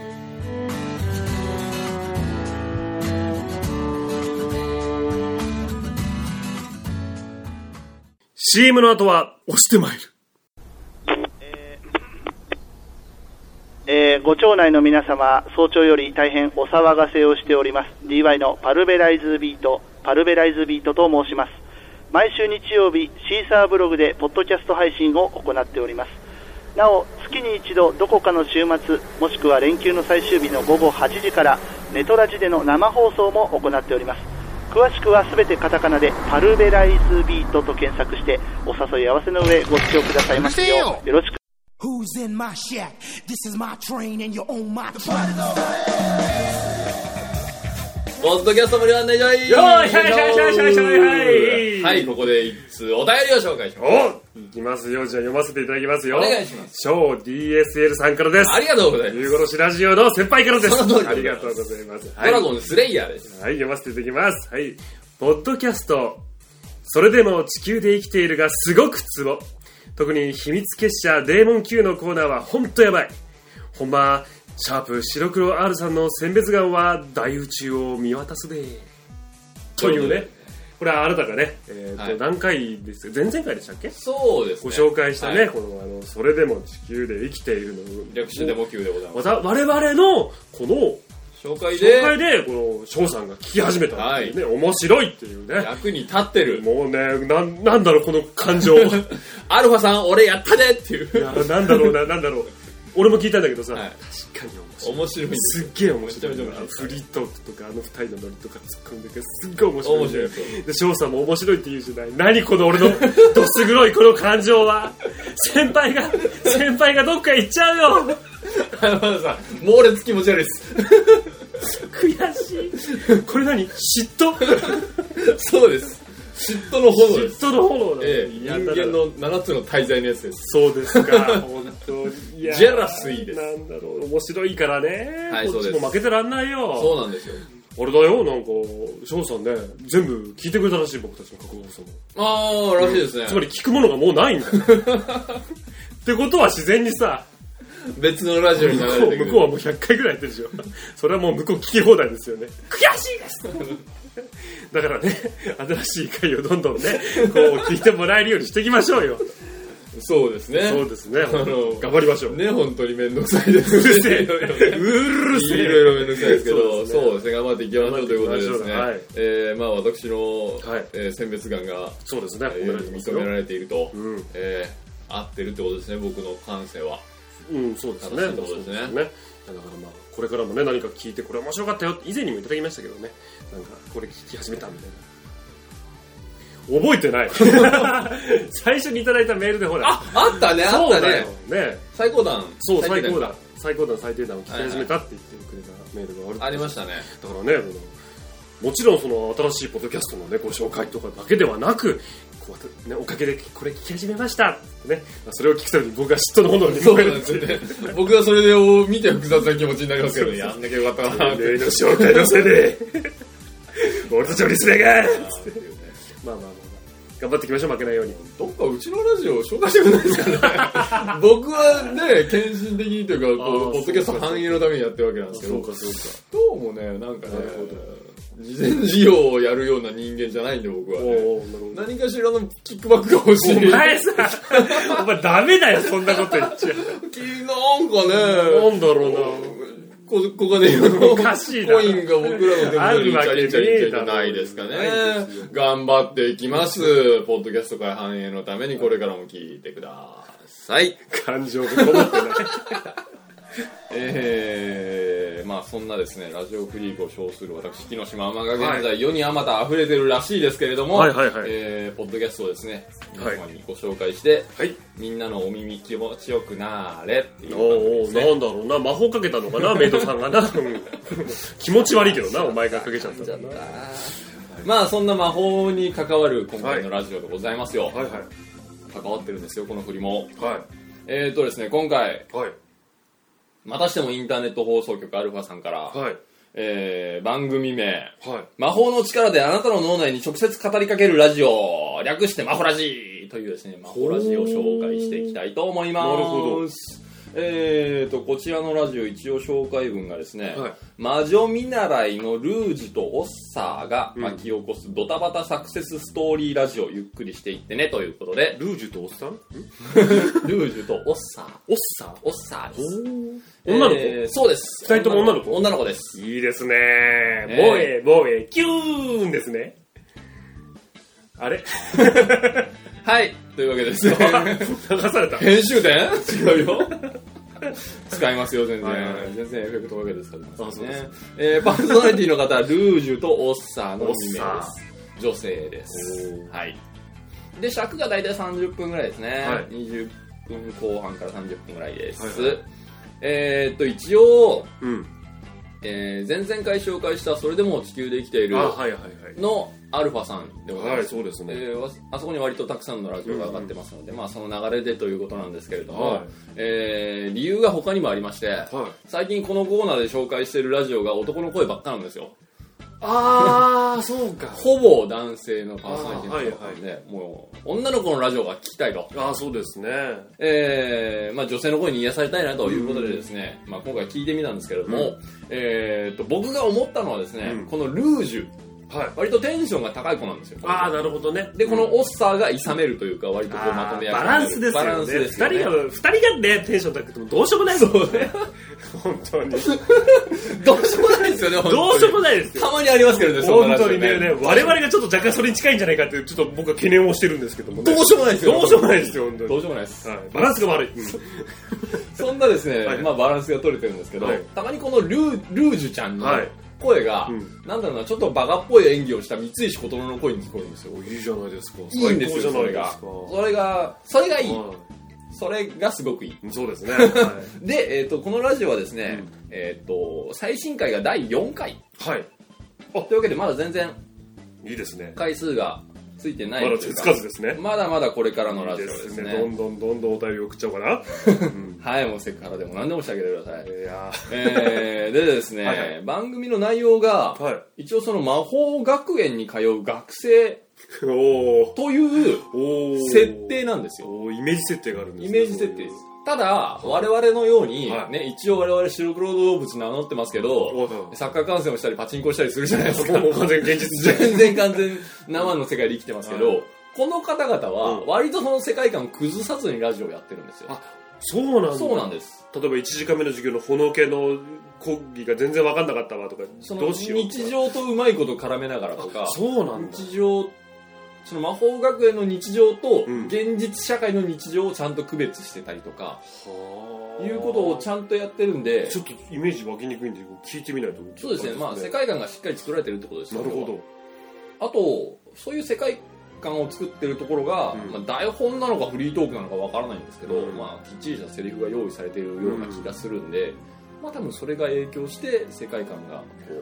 B: シ CM の後は押してまいる
D: えーご町内の皆様、早朝より大変お騒がせをしております。DY のパルベライズビート、パルベライズビートと申します。毎週日曜日、シーサーブログでポッドキャスト配信を行っております。なお、月に一度、どこかの週末、もしくは連休の最終日の午後8時から、ネトラジでの生放送も行っております。詳しくはすべてカタカナで、パルベライズビートと検索して、お誘い合わせの上、ご視聴くださいませよう。よろしく
E: Who's in my shack? This is my train and you're on my track.
C: ポッドキャスト無料案内所い
B: よーいしょいしょいしょいしょいしょいはい
C: はいここで一通お便りを紹介します
B: おいきますよじゃあ読ませていただきますよ
C: お願いします
B: 小 DSL さんからです
C: ありがとうございます
B: ゆうごろしラジオの先輩からです
C: その通り
B: あり
C: でございます
B: がとうございますは
C: ド
B: い、
C: ラ
B: はい、
C: ゴンスレイヤーです
B: 読ませていただきますはいポッドキャストそれでも地球で生きているがすごくツボ特に秘密結社デーモン Q のコーナーはほんとやばいほんまシャープ白黒 R さんの選別眼は大宇宙を見渡すでというねこれはあなたがね、えーと
C: はい
B: 何回ですか前々回でしたっけ
C: そうです、
B: ご
C: ね、
B: 紹介したね、
C: はい
B: このあの「それでも地球で生きているの」
C: 略してデモ級でございます
B: わた我々のこの
F: 紹介
B: 紹介
F: で
B: でこの翔さんが聞き始めたっていうね、面白いっていうね
F: 役に立ってる
B: もうねなんなんだろうこの感 情 い
F: アルファさん俺やったでっていう
B: やなんだろうななんだろう俺も聞いたんだけどさ、
F: はい
B: 確かに面白い
F: 面白いんです
B: す
F: よ
B: っげえ面白い
F: めちゃめちゃ面白い
B: フリートークとかあの二人のノリとか突っ込んでけどすっごい面白い
F: 面白いですよ
B: で翔さんも面白いって言うじゃない何この俺のどす黒いこの感情は先輩が先輩がどっか行っちゃうよ
F: アルファさん猛烈気持ち悪いです
B: 悔しいこれ何嫉妬
F: そうです嫉妬の炎
B: 嫉
F: です
B: 妬の炎だ、
F: ええ
B: い
F: 人
B: や
F: 間の7つの大罪のやつです
B: そうです か、本当に。いや
F: ジェラスイです
B: なんだろう、面白いからね。
F: はい
B: こっち
F: そうで
B: も
F: す
B: 負けてらんない
F: そ
B: よ。
F: うなんですよ
B: あれだよ、なんか、翔さんね、全部聞いてくれたらしい、僕たちの過去放送も。
F: ああらしいですね
B: つまり聞くものがもうないん だよ。ってことは自然にさ、
F: 別のラジオに
B: 向
F: 流
B: こ
F: れ
B: う
F: てく
B: 向こうは
F: る
B: もう100回ぐらいやってるでしょ。それはもう向こう聞き放題ですよね。悔しい ですだからね、新しい回をどんどんね、こう聞いてもらえるようにしていきましょうよ。
F: そうですね
B: そうですね、
F: あの
B: 頑張りましょう。
F: ね本当に面倒くさいです
B: うるせえ
F: いろいろね
B: うるせえ
F: いろいろ面倒くさいですけど、
B: そ
F: そううですね、頑張っていきましょうということでですね、
B: 頑張っていき
F: えーまあ私の、
B: はい
F: えー選別眼が、
B: そうですね、
F: え
B: 褒められて
F: ー
B: ます
F: 認めら
B: よ。
F: れていると、
B: うん
F: えー合ってるってことですね、僕の感性は。
B: うん、そうですね。
F: 正しいところですね
B: そうだからまあ、これからもね、何か聞いて、これ面白かったよって以前にもいただきましたけどね、なんか、これ聞き始めたみたいな。覚えてない。 最初にいただいたメールでほら、
F: あ、あったね、あ
B: そ
F: っ
B: う
F: た
B: だよ
F: ね。。
B: ね。
F: 最高段。
B: そう、最
F: 低段
B: 高段。最高段、最低段を聞き始めたって言ってくれたメールがある。
F: ありましたね。
B: だからね、このもちろんその新しいポッドキャストの、ね、ご紹介とかだけではなく、こうやってね、おかげでこれ聞き始めましたってね、まあそれを聞くたびに僕が嫉妬の炎に
F: そう
B: 燃え
F: なん
B: る
F: で
B: って
F: す
B: いう
F: よね。僕はそれを見て複雑な気持ちになりますけ ど、やんなきゃよかったなってい
B: 例
F: う
B: の紹介のせいで、 俺たちのリスナーがつって
F: ね。
B: まあまあまあまあ、頑張っていきましょう、負けないように。
F: どっかうちのラジオを紹介してくれないですかね 僕はね、献身的にというか、こ
B: あー
F: う、ポッドキャスト反映のためにやってるわけなんですけど、
B: か、そうか。
F: どうもね、なん
B: な
F: かね
B: るほど、
F: 事前事業をやるような人間じゃないんで、僕は、
B: お
F: ね。
B: ーおーなる
F: 何かしらのキックバックが欲しい。
B: ほどお前さ、お前ダメだよ、そんなこと言っちゃ。
F: きなんか
B: な
F: ね、
B: んだろうな。
F: こここでの
B: おかしいな
F: コインが僕らの手元にチャリンチャリンチャリンじゃないですかね
B: あるわけねえだろないですよ。
F: 頑張っていきます。ポッドキャスト界繁栄のためにこれからも聞いてください。
B: 感情がこもってない。
F: えー、まあそんなですね、ラジオフリークを称する私、木下天が現在、世にあまた溢れてるらしいですけれども、
B: はいはいはい
F: えーポッドキャストをですね、皆
B: はい
F: 様にご紹介して、
B: はい
F: みんなのお耳気持ちよくなーれっていう
B: おうおう
F: 感じです
B: な
F: ね。
B: んだろうな魔法かけたのかなメイドさんがなうん気持ち悪いけどなお前がかけちゃったんだな
F: まあそんな魔法に関わる今回のラジオでございますよ。
B: はいはい
F: 関わってるんですよ、この振りも。
B: は
F: えーとですね、今回、
B: いはい
F: またしてもインターネット放送局アルファさんから、
B: はい
F: えー番組名、
B: はい
F: 魔法の力であなたの脳内に直接語りかけるラジオ略してマホラジというですねマホラジを紹介していきたいと思います
B: なるほど
F: えーとこちらのラジオ一応紹介文がですね、
B: はい
F: 魔女見習いのルージュとオッサーが巻き起こすドタバタサクセスストーリーラジオゆっくりしていってねということで
B: ルージュとおっさん
F: ルージュとオッサー
B: おっさん
F: オッサーです
B: 女の
F: えーそうです
B: 二人とも女の子
F: 女の子で
B: 子
F: す
B: いいですね
F: え
B: ボエボエキューンですねあ れ
F: はいというわけです
B: 流された
F: 編集点 違うよ使いますよ全然、
B: はいはい
F: 全然エフェクトかけて使ってます
B: あそうです
F: えーパーソナリティの方はルージュとオッサーの2名で
B: オッ
F: す
B: サ
F: 女性です
B: おー
F: はいで尺が大体30分ぐらいですね、
B: はい
F: 20分後半から30分ぐらいです、
B: はいは
F: えーっと一応、
B: うん
F: えー前々回紹介した「それでも地球で生きている
B: あ」はいはいはい
F: のアルファさんでございます、
B: はいそうですね
F: えーわあそこに割とたくさんのラジオが上がってますので、まあ、その流れでということなんですけれども、
B: はい
F: えー理由が他にもありまして、最近このコーナーで紹介しているラジオが男の声ばっかなんですよ
B: ああそうか
F: ほぼ男性のパーソナリティの方なんで、もう女の子のラジオが聞きたいと、
B: ああそうですね
F: えーまあ、女性の声に癒されたいなということでですね、まあ、今回聞いてみたんですけれども、えーっと僕が思ったのはですね、
B: うん
F: このルージュ
B: はい
F: 割とテンションが高い子なんですよ
B: ああなるほどね
F: でこのオッサーがいさめるというか割とこうまとめ役
B: バランスですよね
F: バランスですよね
B: 2人が二人がねテンション高くてもどうしようもないですもんね本当に
F: どうしようもないですよね本当に
B: どうしようもないですよ
F: たまにありますけどねそんな
B: 本
F: 話
B: 当にねね我々がちょっと若干それに近いんじゃないかっていうちょっと僕は懸念をしてるんですけども、ね、
F: どうしようもないですよ
B: どうしようもないですよ本当に
F: どうしようもないです
B: はい、バランスが悪い、うん
F: そんなですね、
B: はい
F: まあ、バランスが取れてるんですけど、
B: はい
F: たまにこのルールージュちゃんの
B: はい
F: 声が、
B: ん
F: なんだろうなちょっとバカっぽい演技をした三石琴乃の声に聞こえるんですよ
B: いいじゃないですか
F: いいんですよそれがそれがそれがいい、それがすごくいい
B: そうですね、はい
F: で、えっとこのラジオはですね、えっと最新回が第4回
B: はい、
F: というわけでまだ全然
B: いいですね
F: 回数がついてな
B: ま
F: い
B: だ
F: と
B: 手
F: いう
B: つ
F: か
B: かずですね
F: まだまだこれからのラ
B: いい
F: ジオ
B: で
F: です
B: す
F: ね
B: ねどんどんどんどんお便り送っちゃおうかな
F: はいもうセクハラでも何でもしてあげてください
B: いや
F: えーでですね
B: はいはい
F: 番組の内容が、
B: ーはい
F: 一応その魔法学園に通う学生
B: おー
F: という
B: おー
F: 設定なんですよ。
B: おーイメージ設定があるんで
F: イ
B: す
F: メ
B: ね
F: ージ設定です。ただ、我々のように、
B: はい
F: ね、一応我々白黒動物名乗ってますけど、
B: お
F: サッカー観戦をしたりパチンコしたりするじゃないです
B: ー
F: か。
B: もう完全に現実じゃん
F: 全然完全生の世界で生きてますけど、
B: は
F: この方々は
B: うん
F: 割とその世界観を崩さずにラジオをやってるんですよ。
B: あそうなんだ
F: そうなんです。
B: 例えば1時間目の授業のほのけの講義が全然分かんなかったわとか
F: そ
B: ど
F: の
B: うしよう
F: 日常とうまいこと絡めながらとか、
B: そうなんだ
F: 日常その魔法学園の日常と
B: うん
F: 現実社会の日常をちゃんと区別してたりとか、
B: は
F: いうことをちゃんとやってるんで
B: ちょっとイメージ湧きにくいんで聞いてみないと
F: そうですねまあ世界観がしっかり作られてるってことです
B: な
F: よ
B: るほ
F: 要は
B: ど
F: あとそういう世界観を作ってるところが、
B: うん
F: まあ、台本なのかフリートークなのかわからないんですけど、
B: うん
F: まあ、きっちりしたセリフが用意されてるような気がするんで、まあ多分それが影響して世界観がこ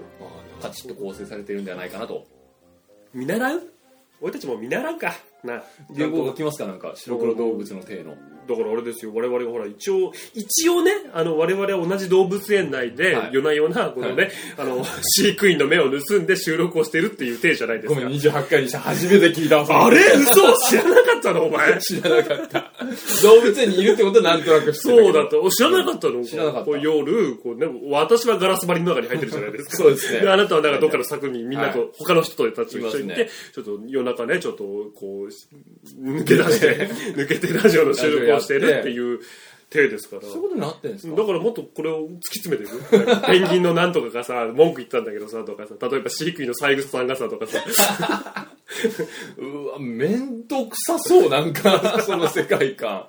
F: うカチッと構成されてるんじゃないかなと
B: 見習う俺たちも見習うかな
F: 流行が来ますかなんか白黒動物の体の
B: だからあれですよ我々がほら一応一応ねあの我々は同じ動物園内で、
F: はい
B: 夜な夜なこのね、あの 飼育員の目を盗んで収録をしてるっていう体じゃないで
F: ご
B: す
F: めん
B: か
F: 28回にして初めて聞いた
B: あれ嘘知らなかったのお前
F: 知らなかった動物園にいるってことはなんとなく知ってたけ
B: そう
F: ど
B: だった。お知らなかったの
F: 知らなかった
B: こう夜、こうね、私はガラス張りの中に入ってるじゃないですか。
F: そうですね
B: あなたはなんかどっかの柵にみんなと、
F: はい
B: 他の人たちと一緒にいて、
F: いま
B: ちょっと夜中ね、ちょっとこう、抜け出 して、抜けてラジオの収録をしてるっていう体ですから。
F: そういうことになってんですか
B: だからもっとこれを突き詰めていく。ペンギンのなんとかがさ、文句言ったんだけどさ、とかさ、例えば飼育員の三枝さんがさ、とかさ、
F: うわめんどくさそうなんか その世界観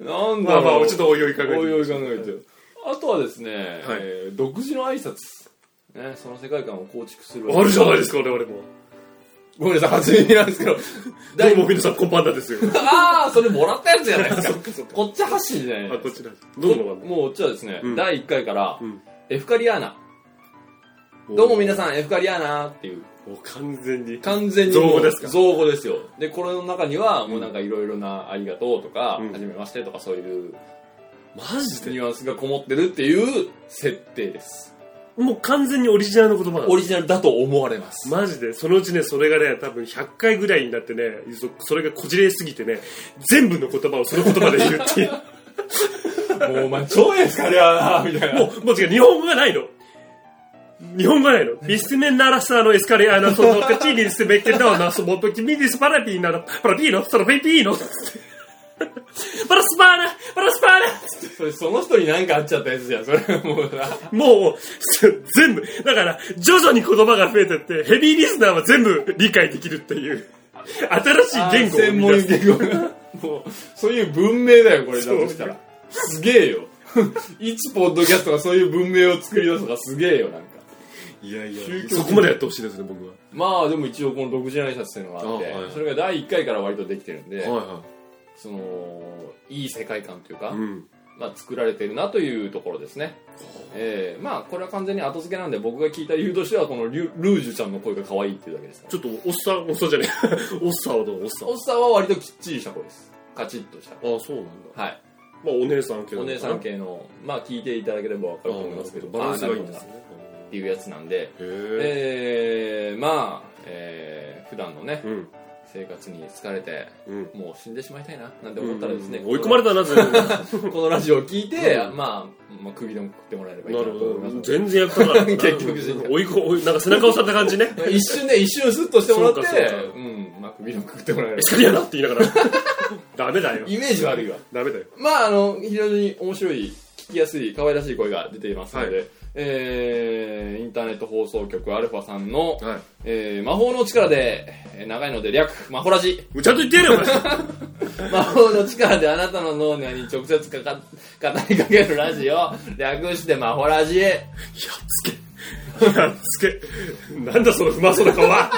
F: なん
B: まあ
F: だろう
B: まあ、ちょっとおいおい考えて
F: おいおい考えてあとはですね、えー独自の挨拶ね、その世界観を構築する
B: あるじゃないですか、我々も。
F: ごめんなさい初耳なんですけど
B: ど
F: 第
B: うも皆さん、こんばんはですよ。
F: ああそれもらったやつじゃないです
B: そっ
F: か
B: かそっか。
F: こっち発信じゃない
B: あ、こ
F: で
B: っ
F: す
B: ちだ。
F: か
B: どうもわかんない
F: もうこっちはですね、
B: うん
F: 第1回から、
B: うん
F: エフカリアーナどうも皆さんエフカリアーナっていう
B: もう完全に。
F: 完全にもう
B: 造語ですか
F: 造語ですよでこれの中にはもうなんかいろいろな「ありがとう」とか「
B: うん
F: はじめまして」とかそういう
B: マジ
F: ニュアンスがこもってるっていう設定です
B: もう完全にオリジナルの言葉なん
F: オ
B: だ
F: リジナルだと思われます
B: マジで、そのうちね、それがね、多分100回ぐらいになってね、そそれがこじれすぎてね、全部の言葉をその言葉で言うっていう。
F: もうお前超エフカリアーナみたいな
B: もう、もう違う、日本語がないの。日本語がないの。ビスメナラサのエスカレアナソノカチリスメケダオナソボプキミディスパラピーナのパラピーノ、ソロフェイピーノ。 パラスパーナパラスパーナ
F: それその人に何かあっちゃったやつじゃんそれもうな
B: もう、す全部、だから、徐々に言葉が増えてって、ヘビーリスナーは全部理解できるっていう、新しい
F: 専
B: 言語を
F: 門
B: 生み出す。
F: 言語がもうそういう文明だよこれだ
B: そう
F: としたらすげえよ一ポッドキャストがそういう文明を作り出すのがすげえよなんか
B: いや
F: 宗
B: い
F: 教
B: そこまでやってほしいですね、僕は。
F: まあでも一応この独自の挨拶っていうのがあって
B: あはい
F: それが第1回から割とできてるんで、
B: は
F: そのいい世界観というか、
B: うん。
F: まあ、作られてるなというところですね、えーまあこれは完全に後付けなんで僕が聞いた理由としてはこのリュルージュちゃんの声が可愛いっていうだけですから
B: ちょっと、おっさん、おっさんじゃねえ。 おっさんはどうおっさん。
F: おっさんは割ときっちりした声ですカチッとした
B: ああ、そうなんだ。
F: はい
B: まあ、お姉さん系
F: お
B: なのかな
F: 姉さん系のまあ聞いていただければ分か
B: ああ
F: ると思いますけど
B: バランスがいいんです
F: あーなるほどな
B: ね。
F: っていうやつなんで
B: へえ。
F: えーまあ、えー普段のね
B: うん。
C: 生活に疲れて、
B: うん
C: もう死んでしまいたいななんて思ったらですね、
B: 追い込まれたな、全 然。な
C: このラジオを聞い
B: う
C: て、
B: ん
C: まあ、まあ、首でも食ってもらえればいいなと
B: るほ
C: 思います
B: ど。全然役 立たなかった。
C: 結局人格
B: 追い込追いなんか背中押された感じね。
C: 一瞬ね、一瞬スッとしてもらっ
B: そ
C: て、
B: うかそううか
C: ん、まあ、首でも食ってもらえれば。
B: シャリやなって言いながら。 ダメだよ。
C: イメージ悪いわ。
B: ダメだよ。
C: まあ、あの、非常に面白い、聞きやすい、可愛らしい声が出ていますので、
B: は
C: えー、インターネット放送局アルファさんの、
B: はい。
C: えー、魔法の力で、えー長いので略、魔法ラジ。
B: ちゃんと言ってやれよ、お前。
C: 魔法の力であなたの脳内に直接かか、語りか けるラジオ、略して魔法ラジ。
B: やっつけ。やっつけ。なんだその不満そうな顔は。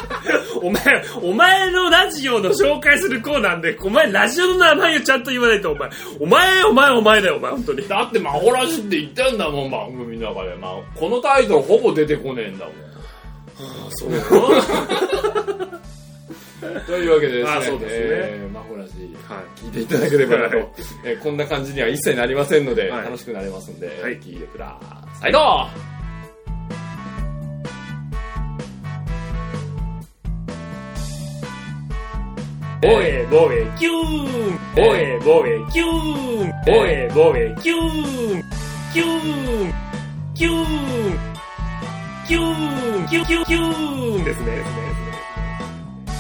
B: お前、お前のラジオの紹介するコーナーで、お前ラジオの名前をちゃんと言わないと、お前。お前、お前、お前だよ、お前、本当に。
C: だって魔法ラジって言ってんだもん、番組の中で。まあ、このタイトルほぼ出てこねえんだもん。
B: そう。
C: というわけでですね、
B: あそうですね
C: えー、マホラジ、
B: はい
C: 聞いていただければなと、
B: はい
C: えーこんな感じには一切なりませんので、
B: はい
C: 楽しくなりますんで、
B: はい
C: 聞いてください。どう
B: ボエボエキューンボエボエキューンボエボエキューンキューンキューンキューンキューンキューンキューンですねですねですね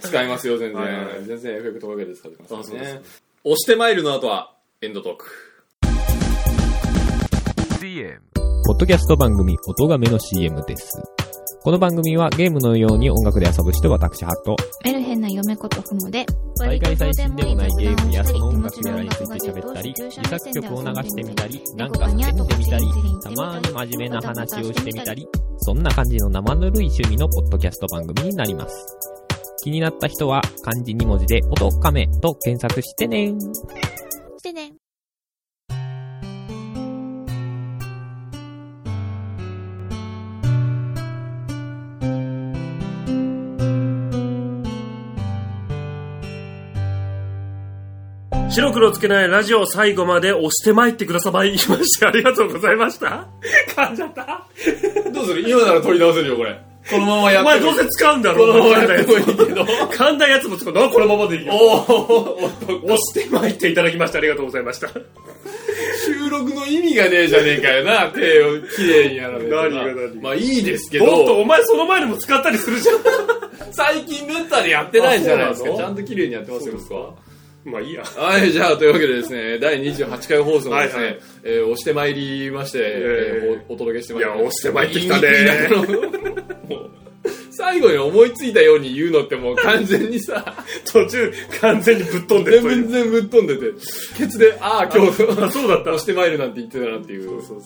C: 使いますよ、全然。
B: はいはいはい
C: 全然エフェクトかけて使ってま
B: あ
C: す
B: そう
C: ね。
B: です
C: 押してまいるの後は、エンドトーク。
G: ポッドキャスト番組、音がめの CM です。この番組はゲームのように音楽で遊ぶ人、私、ハット。
H: メルヘンな嫁ことふもで、
G: 大会最新でもないゲームやその音楽
H: な
G: な
H: ど
G: ど
H: に
G: に
H: つ
G: つ
H: い
G: い
H: て
G: て
H: 喋
G: 喋
H: っ
G: ったた
H: り
G: り、
H: 自
G: 自
H: 作
G: 作
H: 曲
G: 曲
H: を
G: を
H: 流
G: 流
H: し
G: してて
H: み
G: み
H: た
G: た
H: り
G: り、
H: な
G: なんん
H: か
G: か
H: 叫
G: 叫
H: ん
G: ん
H: で
G: で
H: み
G: み
H: た
G: た
H: り
G: り、
H: た
G: た
H: ま
G: ま
H: に
G: に
H: 真
G: 真
H: 面
G: 面
H: 目
G: 目
H: な
G: な
H: 話を
G: 話
H: し
G: をしてて
H: み
G: み
H: た
G: た
H: り
G: り、そんな感じの生ぬるい趣味のポッドキャスト番組になります。気になった人は漢字2文字で音亀と検索してね。
H: してね。
B: 白黒つけないラジオ最後まで押してまいってくださまいましてありがとうございました噛んじゃった
C: どうする今なら取り直せるよ、これ。このままや
B: お
C: って
B: 前
C: る
B: どうせ使うんだ
C: こ
B: ろ
C: のまま
B: 噛んだ
C: や
B: や
C: っ
B: つ
C: てもいいけど。
B: 噛んだやつも使うなこのままでいいよ
C: おお
B: 押してまいっていただきましてありがとうございました
C: 収録の意味がねえじゃねえかよな、手をきれいにやられてな。
B: 何が何
C: まあいいですけど。
B: もっとお前その前にも使ったりするじゃん
C: 最近ルッタでやってないじゃないです
B: あ
C: か。
B: そう
C: ち
B: なの
C: ゃんと綺麗にやってますよ、僕は。
B: まあいいや
C: はい、じゃあ、というわけでです ね、第28回放送のですね、
B: はいはい
C: えー押してまいりまして、
B: え
C: えーおお届けしてまいりま
B: いや押してまいってきたね
C: 言いにくいなこの もう最後に思いついたように言うのってもう完全にさ、
B: 途中完全にぶっ飛んでるという
C: 全然ぶっ飛んでて、ケツで、ああ、今日、
B: あそうだった
C: 押してまいるなんて言ってたなっていう。
B: そうそう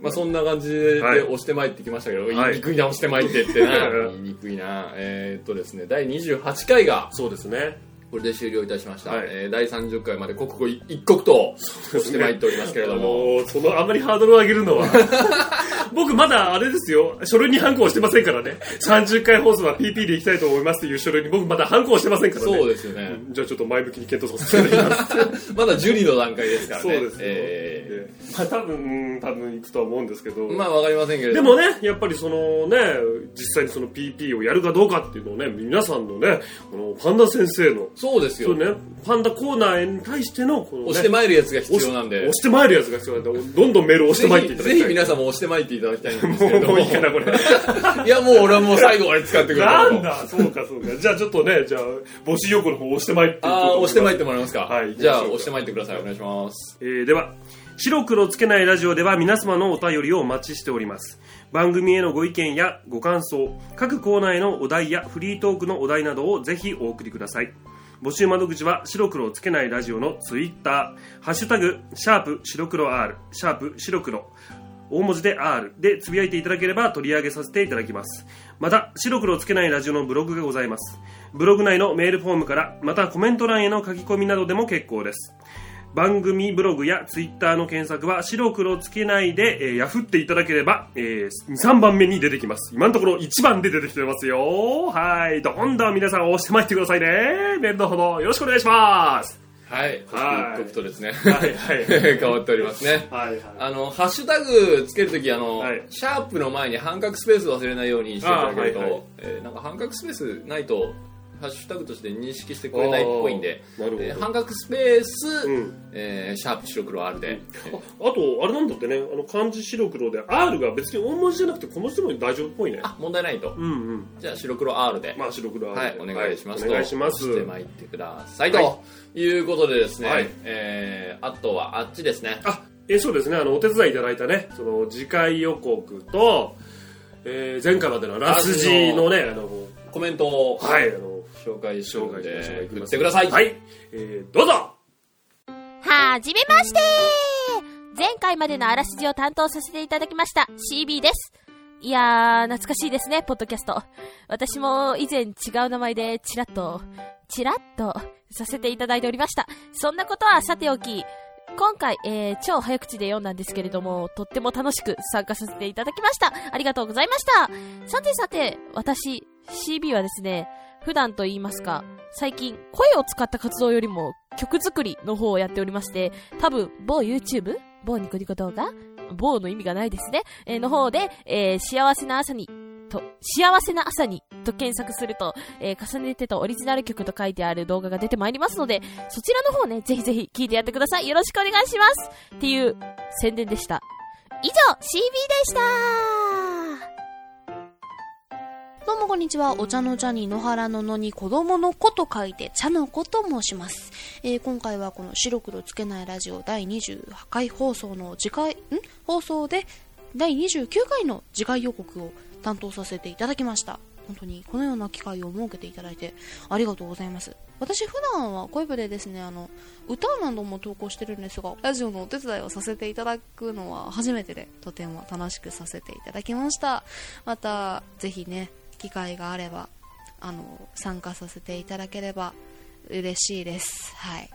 C: まあそんな感じで
B: はい
C: 押してまいってきましたけど、言
B: はい。
C: いにくいな、押してまいってってな 言いにくいな。えーっとですね、第28回が、
B: そうですね
C: これで終了いたしました、
B: はい
C: えー第30回まで刻々一刻としてまいっておりますけれども、
B: もうそのあんまりハードルを上げるのは 僕まだあれですよ書類にハンコをしてませんからね30回放送は PP でいきたいと思いますという書類に僕まだハンコをしてませんからね
C: そうですよね、
B: じゃあちょっと前向きに検討させていただきます
C: まだ受理の段階ですから
B: そう
C: ね、
B: ですね、
C: え
B: まあ多分うん多分いくとは思うんですけど、
C: ーまあわかりませんけれ
B: で
C: ど
B: もねやっぱりそのね実際にその PP をやるかどうかっていうのをね皆さんのねこのパンダ先生の
C: そうです
B: そ
C: よ、
B: うねパンダコーナーに対してのこの、ね、
C: 押してまいるやつが必要なんで、
B: 押してまいるやつが必要なんでどんどんメールを押してまいっていただ
C: ぜ
B: き
C: ひ
B: たい
C: 皆さんも押してまいっていただきたいんですけれど
B: も
C: も、
B: ういいかなこれ
C: いやもう俺はもう最後まで使ってくるから
B: なんだそうかそうかじゃあちょっとねじゃあ募集要項の方押してまいっていうこと
C: ああ、押してまいっ
B: い、
C: てもらえますか、
B: はい
C: じゃあ押してまいってください、お願いします。
B: えーでは白黒つけないラジオでは皆様のお便りをお待ちしております番組へのご意見やご感想各コーナーへのお題やフリートークのお題などをぜひお送りください募集窓口は白黒つけないラジオのツイッターハッシュタグシャープ白黒 R シャープ白黒大文字で R でつぶやいていただければ取り上げさせていただきますまた白黒つけないラジオのブログがございますブログ内のメールフォームからまたコメント欄への書き込みなどでも結構です番組ブログやツイッターの検索は白黒つけないで、えー、ヤフっていただければ、えー、23番目に出てきます今のところ1番で出てきてますよはいどんどん皆さん押してまいってくださいねメールのほどよろしくお願いします
C: はい。
B: はい
C: コピーコピとですね。
B: はいはい
C: 変わっておりますね。
B: はい
C: あの、ハッシュタグつけるとき、あの、
B: はい
C: シャープの前に半角スペース忘れないようにしていただけると、
B: あーはいはい
C: えーなんか半角スペースないと、ハッシュタグとして認識してくれないっぽいんで、
B: あーなるほど
C: えー半角スペース、
B: うん
C: えーシャープ白黒 R で、
B: ああとあれなんだってねあの漢字白黒で R が別に大文字じゃなくて小文字でも大丈夫っぽいね
C: あ、 問題ないと。
B: うんうん
C: じゃあ白黒 R で。
B: まあ白黒 R
C: はい、お願いします。
B: お願いします
C: してまいってください。
B: はい
C: ということでですね、
B: はい
C: えーあとはあっちですね。
B: あえーそうですねあのお手伝いいただいたねその次回予告と、えー前回までのあのあらすじのねあの
C: コメントを、
B: はいあの
C: 紹介しようの
B: 紹介しましょ
C: で
B: う、
C: 振ってください。
B: はい、えーどうぞ
A: はじめまして前回までのあらすじを担当させていただきました、CB です。いやー、懐かしいですね、ポッドキャスト。私も以前違う名前でチラッと、チラッとさせていただいておりました。そんなことはさておき、今回、えー、超早口で読んだんですけれども、とっても楽しく参加させていただきました。ありがとうございました。さてさて、私、CB はですね、普段と言いますか、最近、声を使った活動よりも、曲作りの方をやっておりまして、多分、某 YouTube? 某ニコニコ動画某の意味がないですね。えーの方で、えー幸せな朝に、と、幸せな朝に、と検索すると、えー重ねてとオリジナル曲と書いてある動画が出てまいりますので、そちらの方ね、ぜひぜひ聞いてやってください。よろしくお願いしますっていう宣伝でした。以上、CB でした
I: どうもこんにちは。お茶の茶に野原の野に子供の子と書いて茶の子と申します。えー今回はこの白黒つけないラジオ第28回放送の次回、ん放送で第29回の次回予告を担当させていただきました。本当にこのような機会を設けていただいてありがとうございます。私普段は声部でですね、あの、歌なども投稿してるんですが、ラジオのお手伝いをさせていただくのは初めてで、とても楽しくさせていただきました。また、ぜひね、機会があればあの参加させていただければ嬉しいですはい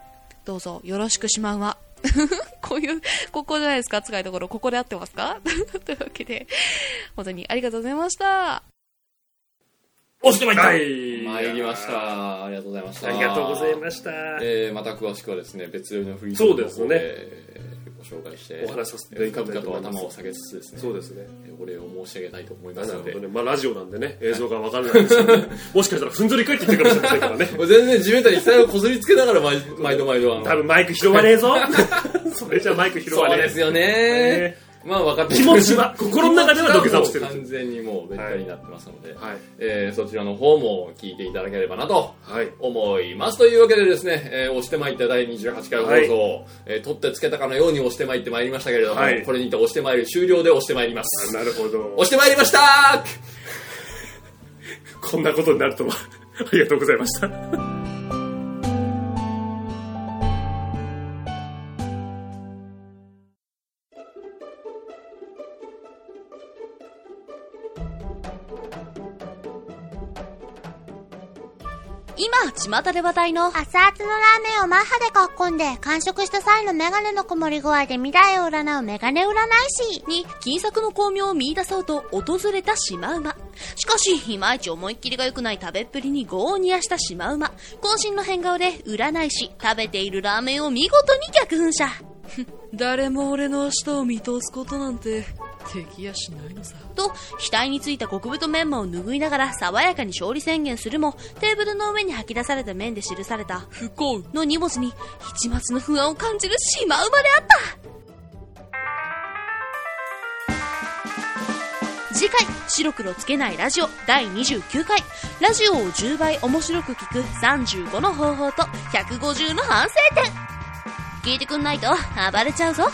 I: どうぞよろしくしまうわこういうここじゃないですか使いどころここで合ってますかというわけで本当にありがとうございました
B: 押してまいった
C: 参りました。ありがとうございました。
B: ありがとうございました
C: えーまた詳しくはですね、別寄りのフリー
B: そうですね
C: えーご紹介して、
B: お話しさせて
C: えー
B: いた
C: 深
B: だきたい
C: 々
B: と
C: と
B: 思います
C: 頭を下げつつですね、
B: そうですね
C: えーお礼を申し上げたいと思いま
B: な
C: す
B: る
C: の
B: ほ
C: で
B: ど、ね、まあラジオなんでね映像がわからないですけ ど、ね、もしかしたらふんぞり返ってきてるかもしれないからね
C: もう全然地べたに額をこすりつけながら毎、毎度毎度、あの
B: 多分マイク拾わねえぞ それじゃマイク拾わ
C: そ
B: ね
C: う
B: え
C: ですよね。まあ分かって
B: 気持ち は心の中では土下座をしてる
C: 気持ちはもう完全にもう別態になってますので、
B: はい
C: えーそちらの方も聞いていただければなと
B: はい
C: 思いますというわけでですね、えー押してまいった第28回放送、
B: はい
C: えー取ってつけたかのように押してまいってまいりましたけれども、
B: はい
C: これにて押してまいる終了で押してまいりま
B: あ
C: す
B: なるほど
C: 押してまいりました
B: こんなことになるとはありがとうございました
I: 今巷で話題の
J: 熱々のラーメンをマッハでかっこんで完食した際のメガネのこもり具合で未来を占うメガネ占い師
I: に金策の巧妙を見出そうと訪れたシマウマしかしいまいち思いっきりが良くない食べっぷりに業を煮やしたシマウマ渾身の変顔で占い師食べているラーメンを見事に逆噴射誰も俺の明日を見通すことなんてできやしないのさと額についた極太メンマを拭いながら爽やかに勝利宣言するもテーブルの上に吐き出された面で記された「不幸」の荷物に一抹の不安を感じるシマウマであった次回白黒つけないラジオ第29回ラジオを10倍面白く聞く35の方法と150の反省点聞いてくんないと暴れちゃうぞ